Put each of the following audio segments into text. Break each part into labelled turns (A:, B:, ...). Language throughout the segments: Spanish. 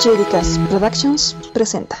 A: Judicast Productions presenta.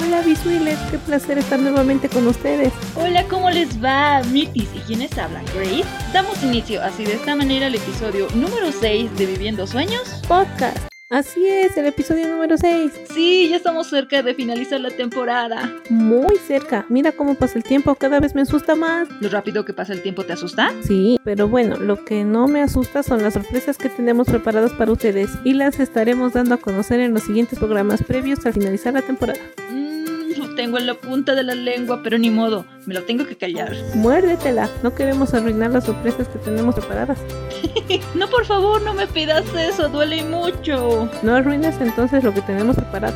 B: Hola Biswiles, qué placer estar nuevamente con ustedes.
C: Hola, ¿cómo les va? Mitis y quienes hablan, Grace. Damos inicio así de esta manera al episodio número 6 de Viviendo Sueños.
B: Podcast. Así es, el episodio número 6.
C: Sí, ya estamos cerca de finalizar la temporada.
B: Muy cerca. Mira cómo pasa el tiempo, cada vez me asusta más.
C: ¿Lo rápido que pasa el tiempo te asusta?
B: Sí, pero bueno, lo que no me asusta son las sorpresas que tenemos preparadas para ustedes y las estaremos dando a conocer en los siguientes programas previos al finalizar la temporada.
C: Mmm, lo tengo en la punta de la lengua, pero ni modo, me lo tengo que callar.
B: Muérdetela, no queremos arruinar las sorpresas que tenemos preparadas.
C: No, por favor, no me pidas eso, duele mucho.
B: No arruines entonces lo que tenemos preparado.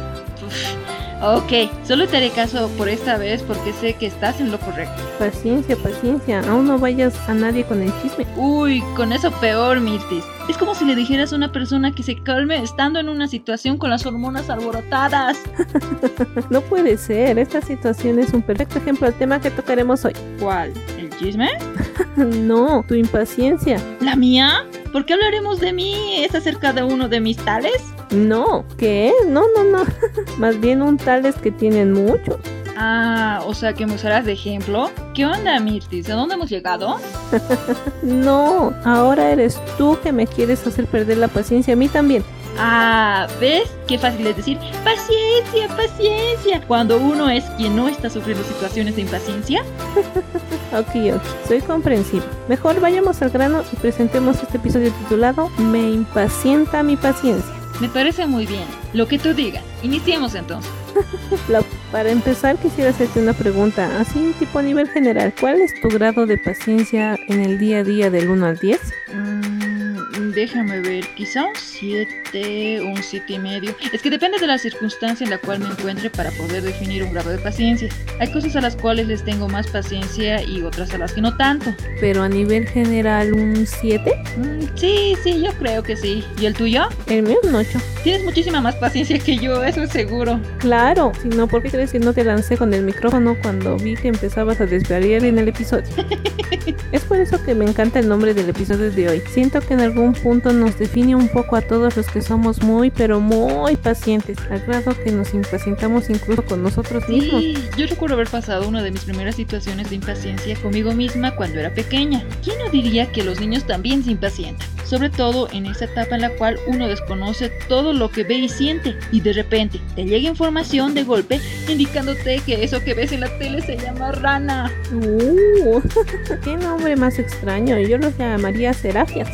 C: Ok, solo te haré caso por esta vez porque sé que estás en lo correcto.
B: Paciencia, paciencia, aún no vayas a nadie con el chisme.
C: Uy, con eso peor, Mirtis. Es como si le dijeras a una persona que se calme estando en una situación con las hormonas alborotadas.
B: No puede ser, esta situación es un perfecto ejemplo al tema que tocaremos hoy.
C: ¿Cuál? ¿El chisme?
B: No, tu impaciencia.
C: ¿La mía? ¿Por qué hablaremos de mí? ¿Es acerca de uno de mis tales?
B: No, ¿qué? No, no, no. Más bien un tales que tienen muchos.
C: Ah, o sea que me usarás de ejemplo. ¿Qué onda, Mirtis? ¿A dónde hemos llegado?
B: No, ahora eres tú que me quieres hacer perder la paciencia a mí también.
C: Ah, ¿ves? Qué fácil es decir paciencia, paciencia. Cuando uno es quien no está sufriendo situaciones de impaciencia.
B: Ok, ok, soy comprensiva. Mejor vayamos al grano y presentemos este episodio titulado Me impacienta mi paciencia.
C: Me parece muy bien. Lo que tú digas. Iniciemos entonces.
B: La- para empezar quisiera hacerte una pregunta, así tipo a nivel general. ¿Cuál es tu grado de paciencia en el día a día del 1 al 10?
C: Mm, déjame ver, quizá un 7, un 7 y medio. Es que depende de la circunstancia en la cual me encuentre para poder definir un grado de paciencia. Hay cosas a las cuales les tengo más paciencia y otras a las que no tanto.
B: Pero a nivel general un 7.
C: Mm, sí, sí, yo creo que sí. ¿Y el tuyo?
B: El mío es un 8.
C: Tienes muchísima más paciencia que yo, eso es seguro.
B: Claro, si no, ¿por qué crees que no te lancé con el micrófono cuando vi que empezabas a desvariar en el episodio? es por eso que me encanta el nombre del episodio de hoy. Siento que en algún punto nos define un poco a todos los que somos muy, pero muy pacientes, al grado que nos impacientamos incluso con nosotros mismos.
C: Sí, yo recuerdo haber pasado una de mis primeras situaciones de impaciencia conmigo misma cuando era pequeña. ¿Quién no diría que los niños también se impacientan? Sobre todo en esa etapa en la cual uno desconoce todo lo que ve y siente y de repente te llega información de golpe indicándote que eso que ves en la tele se llama rana.
B: Uh, qué nombre más extraño. Yo los llamaría serafias.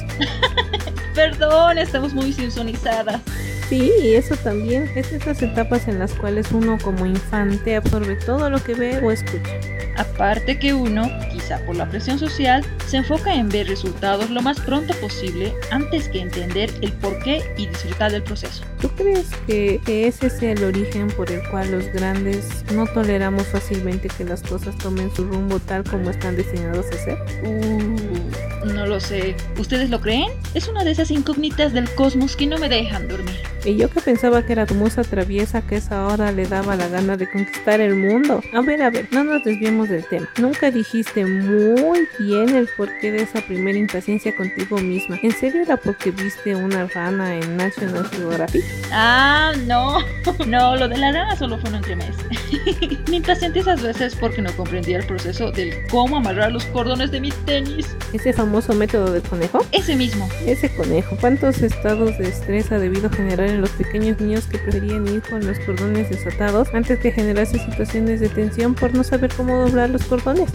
C: Perdón, estamos muy simpsonizadas.
B: Sí, y eso también es esas etapas en las cuales uno como infante absorbe todo lo que ve o escucha.
C: Aparte que uno, quizá por la presión social, se enfoca en ver resultados lo más pronto posible antes que entender el porqué y disfrutar del proceso.
B: ¿Tú crees que que ese sea el origen por el cual los grandes no toleramos fácilmente que las cosas tomen su rumbo tal como están diseñadas a ser?
C: Uh, no lo sé. ¿Ustedes lo creen? Es una de esas incógnitas del cosmos que no me dejan dormir.
B: Y yo que pensaba que era tu musa traviesa que esa hora le daba la gana de conquistar el mundo. A ver, a ver, no nos desviemos del tema. Nunca dijiste muy bien el porqué de esa primera impaciencia contigo misma. ¿En serio era porque viste una rana en National Geographic?
C: Ah, no. No, lo de la rana solo fue un entremés. me impacienté esas veces porque no comprendía el proceso del cómo amarrar los cordones de mis tenis.
B: ¿Ese famoso método del conejo?
C: Ese mismo.
B: Ese conejo, ¿cuántos estados de estrés ha debido generar en los pequeños niños que preferían ir con los cordones desatados antes que generarse situaciones de tensión por no saber cómo doblar los cordones?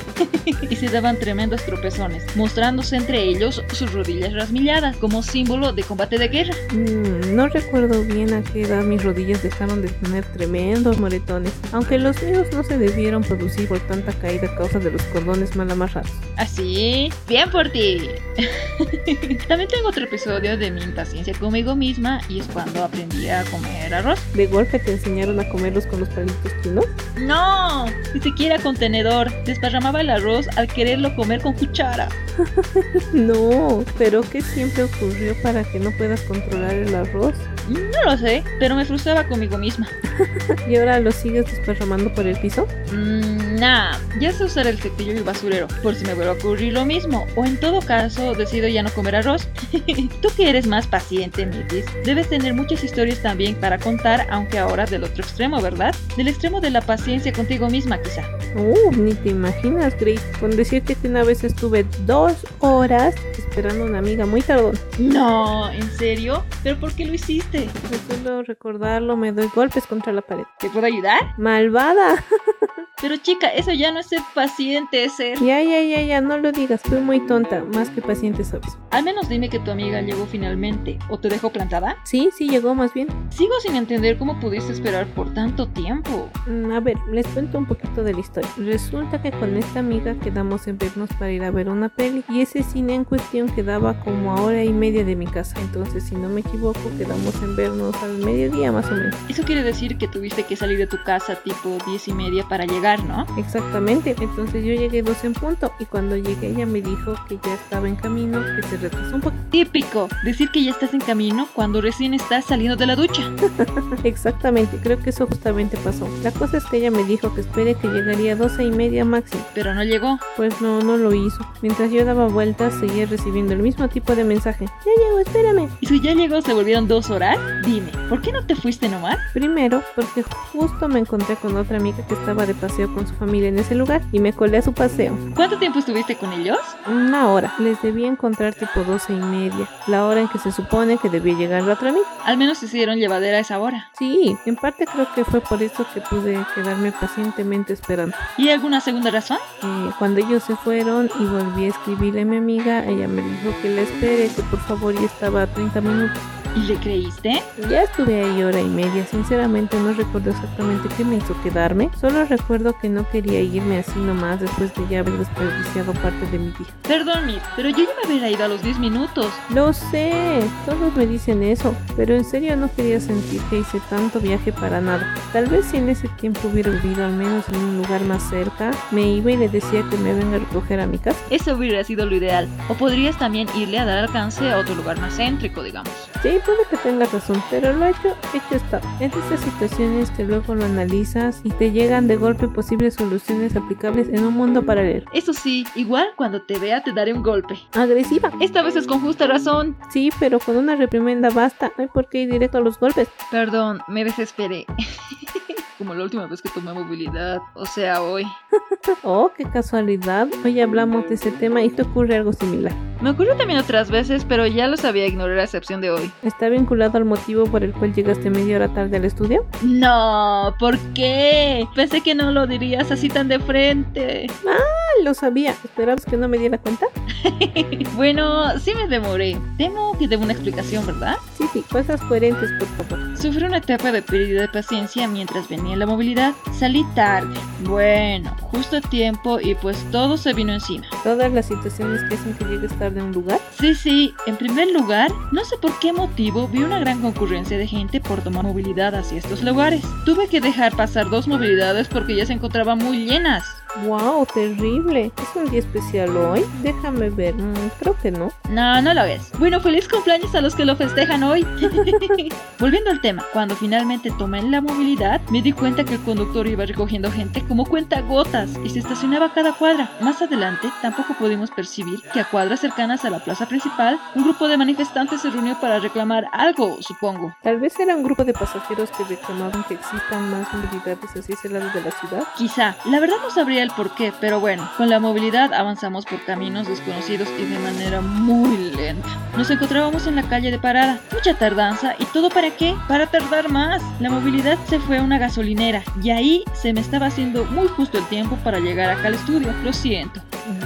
C: y se daban tremendos tropezones, mostrándose entre ellos sus rodillas rasmilladas como símbolo de combate de guerra.
B: Mm, no recuerdo bien a qué edad mis rodillas dejaron de tener tremendos moretones, aunque los míos no se debieron producir por tanta caída a causa de los cordones mal amarrados.
C: Así, ¿Ah, bien por ti. También tengo otro episodio de mi impaciencia conmigo misma y es cuando aprendí a comer arroz.
B: De golpe te enseñaron a comerlos con los palitos chinos.
C: No, ni siquiera con tenedor. Desparramaba el arroz al quererlo comer con cuchara.
B: No, pero ¿qué siempre ocurrió para que no puedas controlar el arroz?
C: No lo sé, pero me frustraba conmigo misma.
B: ¿Y ahora lo sigues desparramando por el piso?
C: Mm, nah, ya sé usar el cepillo y el basurero, por si me vuelve a ocurrir lo mismo, o en todo caso decido ya no comer arroz. Tú que eres más paciente, Mildis, debes tener muchas historias también para contar, aunque ahora del otro extremo, ¿verdad? Del extremo de la paciencia contigo misma, quizá.
B: Uh, ni te imaginas, Grace. Con decirte que una vez estuve dos horas esperando a una amiga muy tardón.
C: No, ¿en serio? ¿Pero por qué lo hiciste?
B: De solo recordarlo me doy golpes contra la pared.
C: ¿Te puedo ayudar?
B: ¡Malvada!
C: Pero chica, eso ya no es ser paciente, es ser...
B: Ya, ya, ya, ya, no lo digas. Fui muy tonta, más que paciente, ¿sabes?
C: Al menos dime que tu amiga llegó finalmente, o te dejó plantada.
B: Sí, sí, llegó más bien.
C: Sigo sin entender cómo pudiste esperar por tanto tiempo.
B: Mm, A ver, les cuento un poquito de la historia. Resulta que con esta amiga quedamos en vernos para ir a ver una peli y ese cine en cuestión quedaba como a hora y media de mi casa. Entonces, si no me equivoco, quedamos en vernos al mediodía más o menos.
C: Eso quiere decir que tuviste que salir de tu casa tipo diez y media para llegar, ¿no?
B: Exactamente, entonces yo llegué dos en punto y cuando llegué ella me dijo que ya estaba en camino, que se retrasó un poquito.
C: Típico, decir que ya estás en camino cuando recién estás saliendo de la ducha.
B: Exactamente, creo que eso justamente pasó. La cosa es que ella me dijo que espere que llegaría a doce y media máximo.
C: Pero no llegó.
B: Pues no, no lo hizo. Mientras yo daba vueltas seguía recibiendo el mismo tipo de mensaje. Ya llego, espérame.
C: ¿Y si ya llegó se volvieron dos horas? Dime, ¿por qué no te fuiste nomás?
B: Primero, porque justo me encontré con otra amiga que estaba de paseo con su familia en ese lugar y me colé a su paseo.
C: ¿Cuánto tiempo estuviste con ellos?
B: Una hora. Les debí encontrar tipo doce y media, la hora en que se supone que debía llegar la otra amiga.
C: Al menos hicieron llevadera a esa hora.
B: Sí, en parte creo que fue por eso que pude quedarme pacientemente esperando.
C: ¿Y alguna segunda razón?
B: Eh, cuando ellos se fueron y volví a escribirle a mi amiga, ella me dijo que la espere, que por favor ya estaba a 30 minutos.
C: ¿Y le creíste?
B: Ya estuve ahí hora y media, sinceramente no recuerdo exactamente qué me hizo quedarme, solo recuerdo que no quería irme así nomás después de ya haber desperdiciado parte de mi día.
C: Perdón, Mir, pero yo ya me hubiera ido a los 10 minutos.
B: Lo sé, todos me dicen eso, pero en serio no quería sentir que hice tanto viaje para nada. Tal vez si en ese tiempo hubiera vivido al menos en un lugar más cerca, me iba y le decía que me venga a recoger a mi casa.
C: Eso hubiera sido lo ideal. O podrías también irle a dar alcance a otro lugar más céntrico, digamos.
B: Sí, puede que tengas razón, pero lo hecho, hecho está. Es de esas situaciones que luego lo analizas y te llegan de golpe posibles soluciones aplicables en un mundo paralelo.
C: Eso sí, igual cuando te vea te daré un golpe.
B: Agresiva.
C: Esta vez es con justa razón.
B: Sí, pero con una reprimenda basta, no hay por qué ir directo a los golpes.
C: Perdón, me desesperé. Como la última vez que tomé movilidad, o sea, hoy.
B: Oh, qué casualidad. Hoy hablamos de ese tema y te ocurre algo similar.
C: Me ocurrió también otras veces, pero ya lo sabía ignorar a excepción de hoy.
B: ¿Está vinculado al motivo por el cual llegaste media hora tarde al estudio?
C: No, ¿por qué? Pensé que no lo dirías así tan de frente.
B: Ah, lo sabía. ¿Esperabas que no me diera cuenta?
C: Bueno, sí me demoré. Temo que debo una explicación, ¿verdad?
B: Sí, sí, cosas coherentes, por favor.
C: Sufrí una etapa de pérdida de paciencia mientras venía la movilidad. Salí tarde. Bueno, justo a tiempo y pues todo se vino encima.
B: Todas las situaciones que hacen que llegues tarde a un lugar.
C: Sí, sí, en primer lugar, no sé por qué motivo vi una gran concurrencia de gente por tomar movilidad hacia estos lugares. Tuve que dejar pasar dos movilidades porque ya se encontraban muy llenas.
B: ¡Wow! Terrible. ¿Es un día especial hoy? Déjame ver. Mm, creo que no.
C: No, no lo ves. Bueno, feliz cumpleaños a los que lo festejan hoy. Volviendo al tema, cuando finalmente tomé la movilidad, me di cuenta que el conductor iba recogiendo gente como cuenta gotas y se estacionaba a cada cuadra. Más adelante, tampoco pudimos percibir que a cuadras cercanas a la plaza principal, un grupo de manifestantes se reunió para reclamar algo, supongo.
B: Tal vez era un grupo de pasajeros que reclamaban que existan más movilidades hacia ese lado de la ciudad.
C: Quizá. La verdad no sabría el por qué, pero bueno, con la movilidad avanzamos por caminos desconocidos y de manera muy lenta. Nos encontrábamos en la calle de parada, mucha tardanza y todo para qué? Para tardar más. La movilidad se fue a una gasolinera y ahí se me estaba haciendo muy justo el tiempo para llegar acá al estudio, lo siento.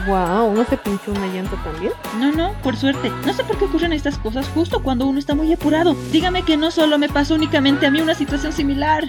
B: ¡Wow! ¿No se pinchó una llanta también?
C: No, no, por suerte. No sé por qué ocurren estas cosas justo cuando uno está muy apurado. Dígame que no solo me pasó únicamente a mí una situación similar.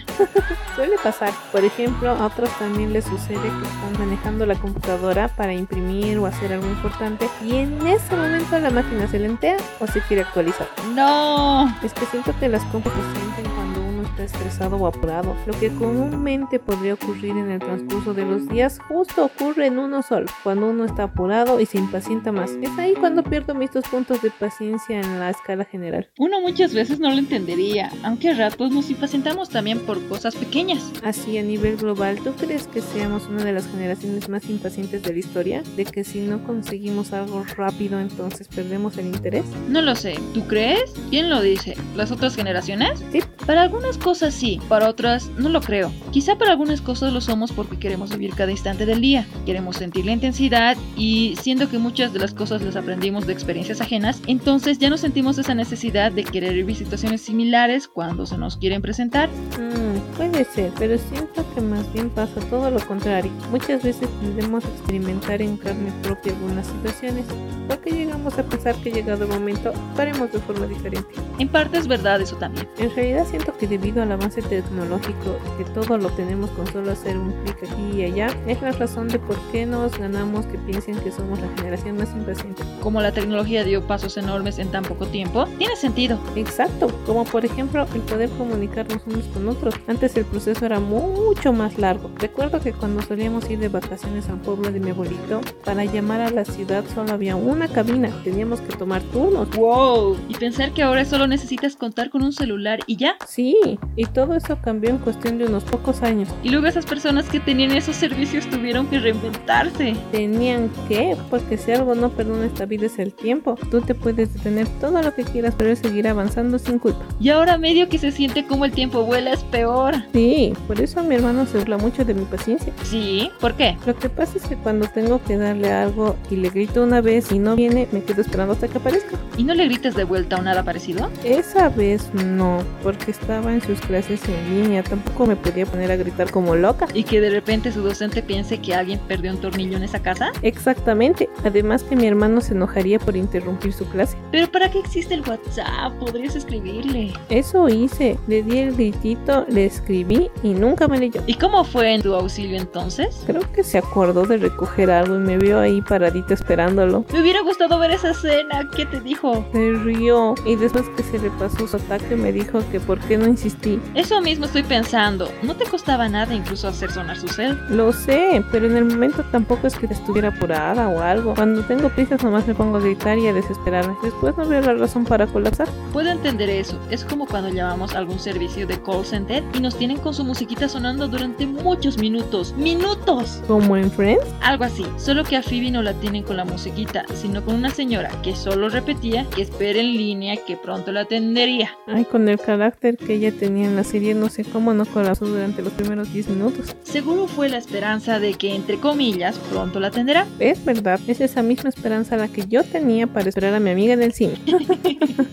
B: Suele pasar. Por ejemplo, a otros también les sucede que están manejando la computadora para imprimir o hacer algo importante y en ese momento la máquina se lentea o se quiere actualizar.
C: No.
B: Es que siento que las compras se sienten cuando uno está estresado o apurado. Lo que comúnmente podría ocurrir en el transcurso de los días justo ocurre en uno solo, cuando uno está apurado y se impacienta más. Es ahí cuando pierdo mis dos puntos de paciencia en la escala general.
C: Uno muchas veces no lo entendería, aunque a ratos nos impacientamos también por cosas pequeñas.
B: Así a nivel global, ¿tú crees que seamos una de las generaciones más impacientes de la historia? ¿De que si no conseguimos algo rápido entonces perdemos el interés?
C: No lo sé, ¿tú crees? ¿Quién lo dice? ¿Las otras generaciones?
B: Sí.
C: Para algunas cosas sí, para otras no lo creo. Quizá para algunas cosas lo somos porque queremos vivir cada instante del día, queremos sentir la intensidad y siendo que muchas de las cosas las aprendimos de experiencias ajenas, entonces ya no sentimos esa necesidad de querer vivir situaciones similares cuando se nos quieren presentar.
B: Mm, puede ser, pero siento que más bien pasa todo lo contrario. Muchas veces tendemos a experimentar en carne propia algunas situaciones, porque llegamos a pensar que llegado el momento haremos de forma diferente.
C: En parte es verdad eso también.
B: En realidad siento que debido al avance tecnológico, que todo lo tenemos con solo hacer un clic aquí y allá, es la razón de por qué nos ganamos que piensen que somos la generación más impaciente.
C: Como la tecnología dio pasos enormes en tan poco tiempo, tiene sentido.
B: Exacto, como por ejemplo el poder comunicarnos unos con otros. Antes el proceso era mucho más largo. Recuerdo que cuando solíamos ir de vacaciones al pueblo de mi abuelito, para llamar a la ciudad solo había una cabina, teníamos que tomar turnos.
C: ¡Wow! Y pensar que ahora solo necesitas contar con un celular y ya.
B: Sí, y todo eso cambió en cuestión de unos pocos años.
C: Y luego esas personas que tenían esos servicios tuvieron que reinventarse.
B: Tenían que, porque si algo no perdona esta vida es el tiempo. Tú te puedes detener todo lo que quieras, pero seguir avanzando sin culpa.
C: Y ahora medio que se siente como el tiempo vuela es peor.
B: Sí, por eso mi hermano se burla mucho de mi paciencia.
C: ¿Sí? ¿Por qué?
B: Lo que pasa es que cuando tengo que darle algo y le grito una vez y no viene, me quedo esperando hasta que aparezca.
C: ¿Y no le gritas de vuelta o nada parecido?
B: Esa vez no, porque estaba en sus clases en línea, tampoco me podía poner a gritar como loca.
C: ¿Y que de repente su docente piense que alguien perdió un tornillo en esa casa?
B: Exactamente, además que mi hermano se enojaría por interrumpir su clase.
C: ¿Pero para qué existe el WhatsApp? Podrías escribirle.
B: Eso hice, le di el gritito, le escribí y nunca me leyó.
C: ¿Y cómo fue en tu auxilio entonces?
B: Creo que se acordó de recoger algo y me vio ahí paradita esperándolo.
C: Me hubiera gustado ver esa escena. ¿Qué te dijo?
B: Se rió y después que se le pasó su ataque me dijo que por qué no insistí.
C: Eso mismo estoy pensando. No te costaba nada incluso hacer sonar su cel.
B: Lo sé, pero en el momento tampoco es que estuviera apurada o algo. Cuando tengo prisas nomás me pongo a gritar y a desesperarme. Después no veo la razón para colapsar.
C: Puedo entender eso. Es como cuando llamamos a algún servicio de call center y nos tienen con su musiquita sonando durante muchos minutos. ¡Minutos!
B: Como en Friends.
C: Algo así. Solo que a Phoebe no la tienen con la musiquita, sino con una señora que solo repetía que espera en línea que pronto la atendería.
B: Ay, con el carácter que ella tenía en la serie, no sé cómo no colapsó durante los primeros 10 minutos.
C: Seguro fue la esperanza de que, entre comillas, pronto la atenderá.
B: Es verdad, es esa misma esperanza la que yo tenía para esperar a mi amiga en el cine.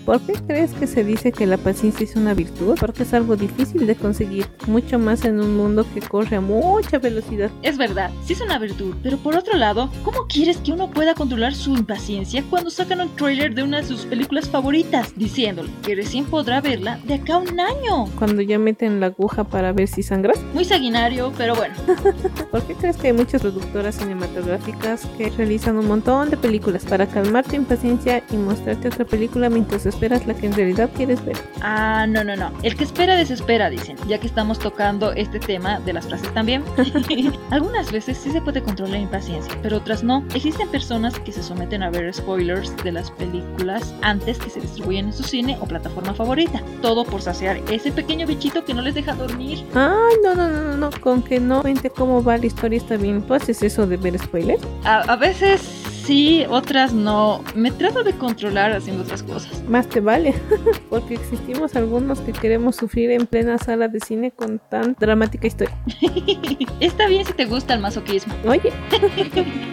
B: ¿Por qué crees que se dice que la paciencia es una virtud? Porque es algo difícil de conseguir, mucho más en un mundo que corre a mucha velocidad.
C: Es verdad, sí es una virtud, pero por otro lado, ¿cómo quieres que uno pueda controlar su impaciencia cuando sacan un tráiler de una de sus películas favoritas, diciéndole que recién podrá verla de acá a un año?
B: Cuando ya meten la aguja para ver si sangras.
C: Muy sanguinario, pero bueno.
B: ¿Por qué crees que hay muchas productoras cinematográficas que realizan un montón de películas para calmar tu impaciencia y mostrarte otra película mientras esperas la que en realidad quieres ver?
C: Ah, no, no, no. El que espera desespera, dicen, ya que estamos tocando este tema de las frases también. Algunas veces sí se puede controlar la impaciencia, pero otras no. Existen personas que se someten a ver spoilers de las películas antes que se distribuyen en su cine o plataforma favorita. Todo por saciar ese pequeño bichito que no les deja dormir.
B: Ay, no, no, no, no, no. Con que no vente cómo va la historia está bien. ¿Tú haces eso de ver spoilers?
C: A, a veces sí, otras no. Me trato de controlar haciendo otras cosas.
B: Más te vale, porque existimos algunos que queremos sufrir en plena sala de cine con tan dramática historia.
C: Está bien si te gusta el masoquismo.
B: Oye,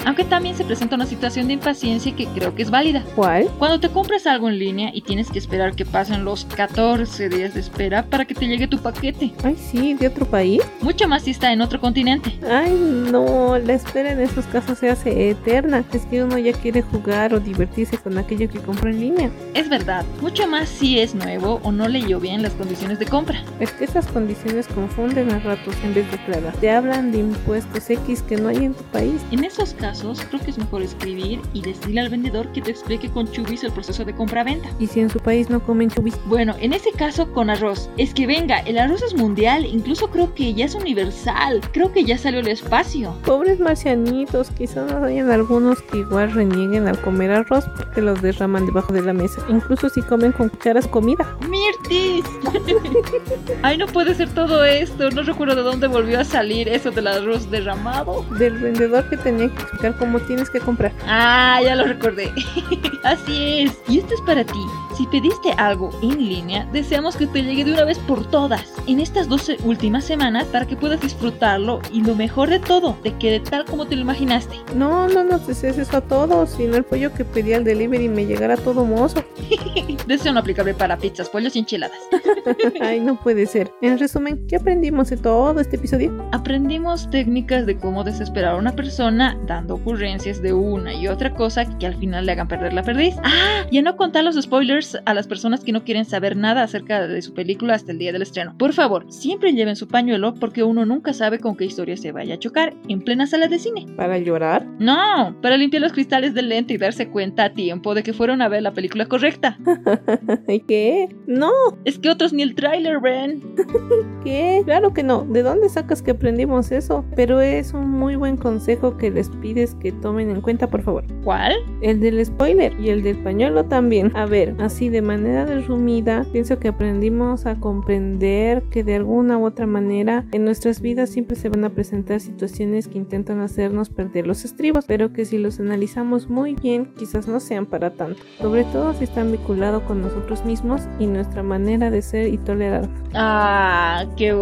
C: Aunque también se presenta una situación de impaciencia que creo que es válida.
B: ¿cuál?
C: Cuando te compras algo en línea y tienes que esperar que pasen los 14 días de espera para que te llegue tu paquete.
B: Ay, sí, de otro país.
C: Mucho más si está en otro continente.
B: Ay, no, la espera en esos casos se hace eterna. Es que uno ya quiere jugar o divertirse con aquello que compró en línea.
C: Es verdad, mucho más si es nuevo o no leyó bien las condiciones de compra.
B: Es que esas condiciones confunden a ratos en vez de claras. Te hablan de impuestos X que no hay en tu país.
C: En esos casos, creo que es mejor escribir y decirle al vendedor que te explique con chubis el proceso de compra-venta.
B: Y si en su país no comen chubis,
C: Bueno, en ese caso con arroz. Es que venga, el arroz es mundial, incluso creo que ya es universal. Creo que ya salió al espacio.
B: pobres marcianitos, quizás hayan algunos que igual renieguen al comer arroz porque los derraman debajo de la mesa. Incluso si comen con cucharas comida.
C: ¡Mirtis! Ay, no puede ser todo esto. No recuerdo de dónde volvió a salir eso del arroz derramado.
B: Del vendedor que tenía que explicar cómo tienes que comprar.
C: Ah, ya lo recordé. Así es. Y esto es para ti. Si pediste algo en línea, deseamos que te llegue de una vez por todas en estas 12 últimas semanas para que puedas disfrutarlo y lo mejor de todo, te quede tal como te lo imaginaste.
B: No, no nos desees eso a todos, sino el pollo que pedí al delivery me llegara todo mozo.
C: Deseo no aplicable para pizzas, pollos y enchiladas.
B: Ay, no puede ser. En resumen, ¿qué aprendimos de todo este episodio?
C: Aprendimos técnicas de cómo desesperar a una persona dando ocurrencias de una y otra cosa que al final le hagan perder la perdiz. ¡Ah! Y a no contar los spoilers a las personas que no quieren saber nada acerca de su película hasta el día del estreno. Por favor, siempre lleven su pañuelo porque uno nunca sabe con qué historia se vaya a chocar en plena sala de cine.
B: ¿Para llorar?
C: No, para limpiar los cristales del lente y darse cuenta a tiempo de que fueron a ver la película correcta.
B: ¿Y ¿Qué? No,
C: Es que otros ni el tráiler ven.
B: ¿qué? Claro que no. ¿De dónde sacas que aprendimos eso? Pero es un muy buen consejo que les pides que tomen en cuenta, por favor.
C: ¿Cuál?
B: El del spoiler y el del pañuelo también. A ver, así de manera resumida, pienso que aprendimos a comprender que de alguna u otra manera en nuestras vidas siempre se van a presentar situaciones que intentan hacernos perder los estribos, pero que si los analizamos muy bien, quizás no sean para tanto. Sobre todo si están vinculados con nosotros mismos y nuestra manera de ser y tolerar.
C: Ah, qué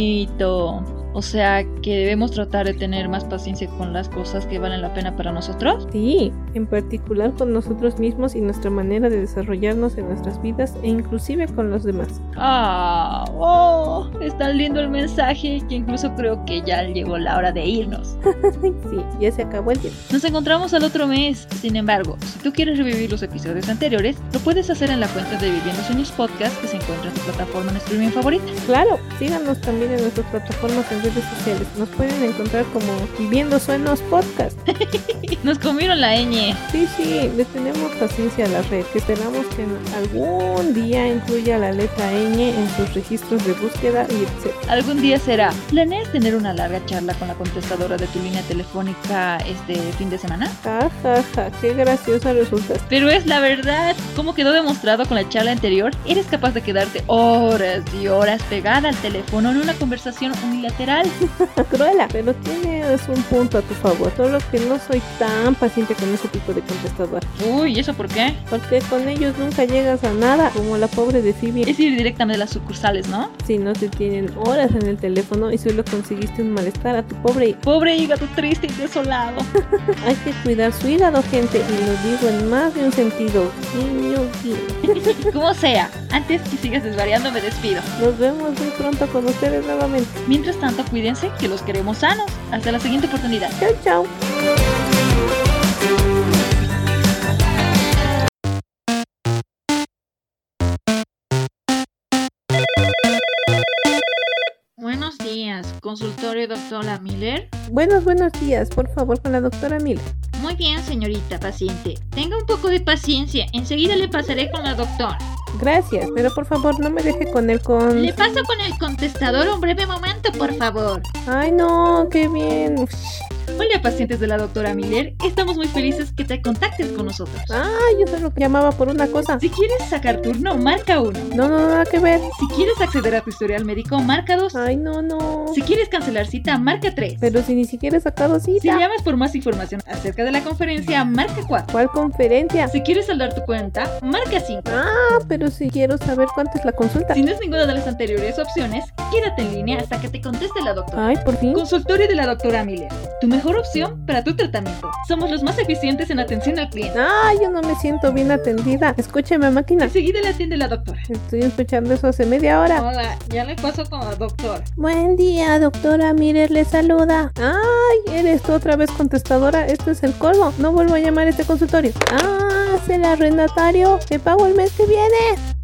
C: bonito. O sea, que debemos tratar de tener más paciencia con las cosas que valen la pena para nosotros.
B: Sí, en particular con nosotros mismos y nuestra manera de desarrollarnos en nuestras vidas e inclusive con los demás.
C: Ah, oh, es tan lindo el mensaje que incluso creo que ya llegó la hora de irnos.
B: Sí, ya se acabó el tiempo.
C: Nos encontramos al otro mes. Sin embargo, si tú quieres revivir los episodios anteriores, lo puedes hacer en la cuenta de Viviendo Sueños Podcast que se encuentra en tu plataforma en streaming favorita.
B: Claro, síganos también en nuestras plataformas en redes sociales. Nos pueden encontrar como Viviendo Suenos Podcast.
C: Nos comieron la ñ.
B: Sí, sí, les tenemos paciencia a la red, que esperamos que algún día incluya la letra ñ en sus registros de búsqueda y etc.
C: Algún día será. ¿Planeas tener una larga charla con la contestadora de tu línea telefónica este fin de semana?
B: Ja, ja, ja, qué graciosa resultaste.
C: Pero es la verdad, como quedó demostrado con la charla anterior, eres capaz de quedarte horas y horas pegada al teléfono en una conversación unilateral.
B: Cruela, pero tienes un punto a tu favor, solo que no soy tan paciente con ese tipo de contestador,
C: Uy, ¿y eso por qué?
B: porque con ellos nunca llegas a nada, como la pobre de Phoebe.
C: Es ir directamente a las sucursales, ¿no?
B: Si no te tienen horas en el teléfono y solo conseguiste un malestar a tu pobre,
C: Pobre hígado triste y desolado.
B: hay que cuidar su hígado, gente, y lo digo en más de un sentido. Guiño, guiño.
C: Como sea, antes que sigas desvariando me despido.
B: Nos vemos muy pronto con ustedes nuevamente.
C: Mientras tanto, cuídense que los queremos sanos. Hasta la siguiente oportunidad.
B: Chao, chao.
D: Buenos días, consultorio doctora Miller.
B: Buenos, buenos días, por favor, con la doctora Miller.
D: Muy bien, señorita paciente. Tenga un poco de paciencia, enseguida le pasaré con la doctora.
B: Gracias, pero por favor no me deje con él con...
D: Le paso con el contestador un breve momento, por favor.
B: Ay, no, qué bien. Uf.
C: Hola pacientes de la doctora Miller, estamos muy felices que te contactes con nosotros.
B: Ay, yo solo llamaba por una cosa.
C: Si quieres sacar turno, marca 1.
B: No, no, nada que ver.
C: Si quieres acceder a tu historial médico, marca 2.
B: Ay, no, no.
C: Si quieres cancelar cita, marca 3.
B: Pero si ni siquiera he sacado
C: Si
B: cita.
C: llamas por más información acerca de la conferencia, marca 4.
B: ¿Cuál conferencia?
C: Si quieres saldar tu cuenta, marca 5.
B: Ah, pero si quiero saber cuánto es la consulta.
C: Si no es ninguna de las anteriores opciones, quédate en línea hasta que te conteste la doctora.
B: Ay, por fin.
C: Consultorio de la doctora Miller, tu mejor mejor opción para tu tratamiento. Somos los más eficientes en atención al cliente.
B: Ah, yo no me siento bien atendida. Escúcheme, máquina.
C: Enseguida le atiende la doctora.
B: Estoy escuchando eso hace media hora.
C: Hola, ya le paso con la doctora.
B: Buen día, doctora. Mire, le saluda. Ay, eres tú otra vez contestadora. Esto es el este colmo. No vuelvo a llamar a este consultorio. Ah, es el arrendatario. Te pago el mes que viene.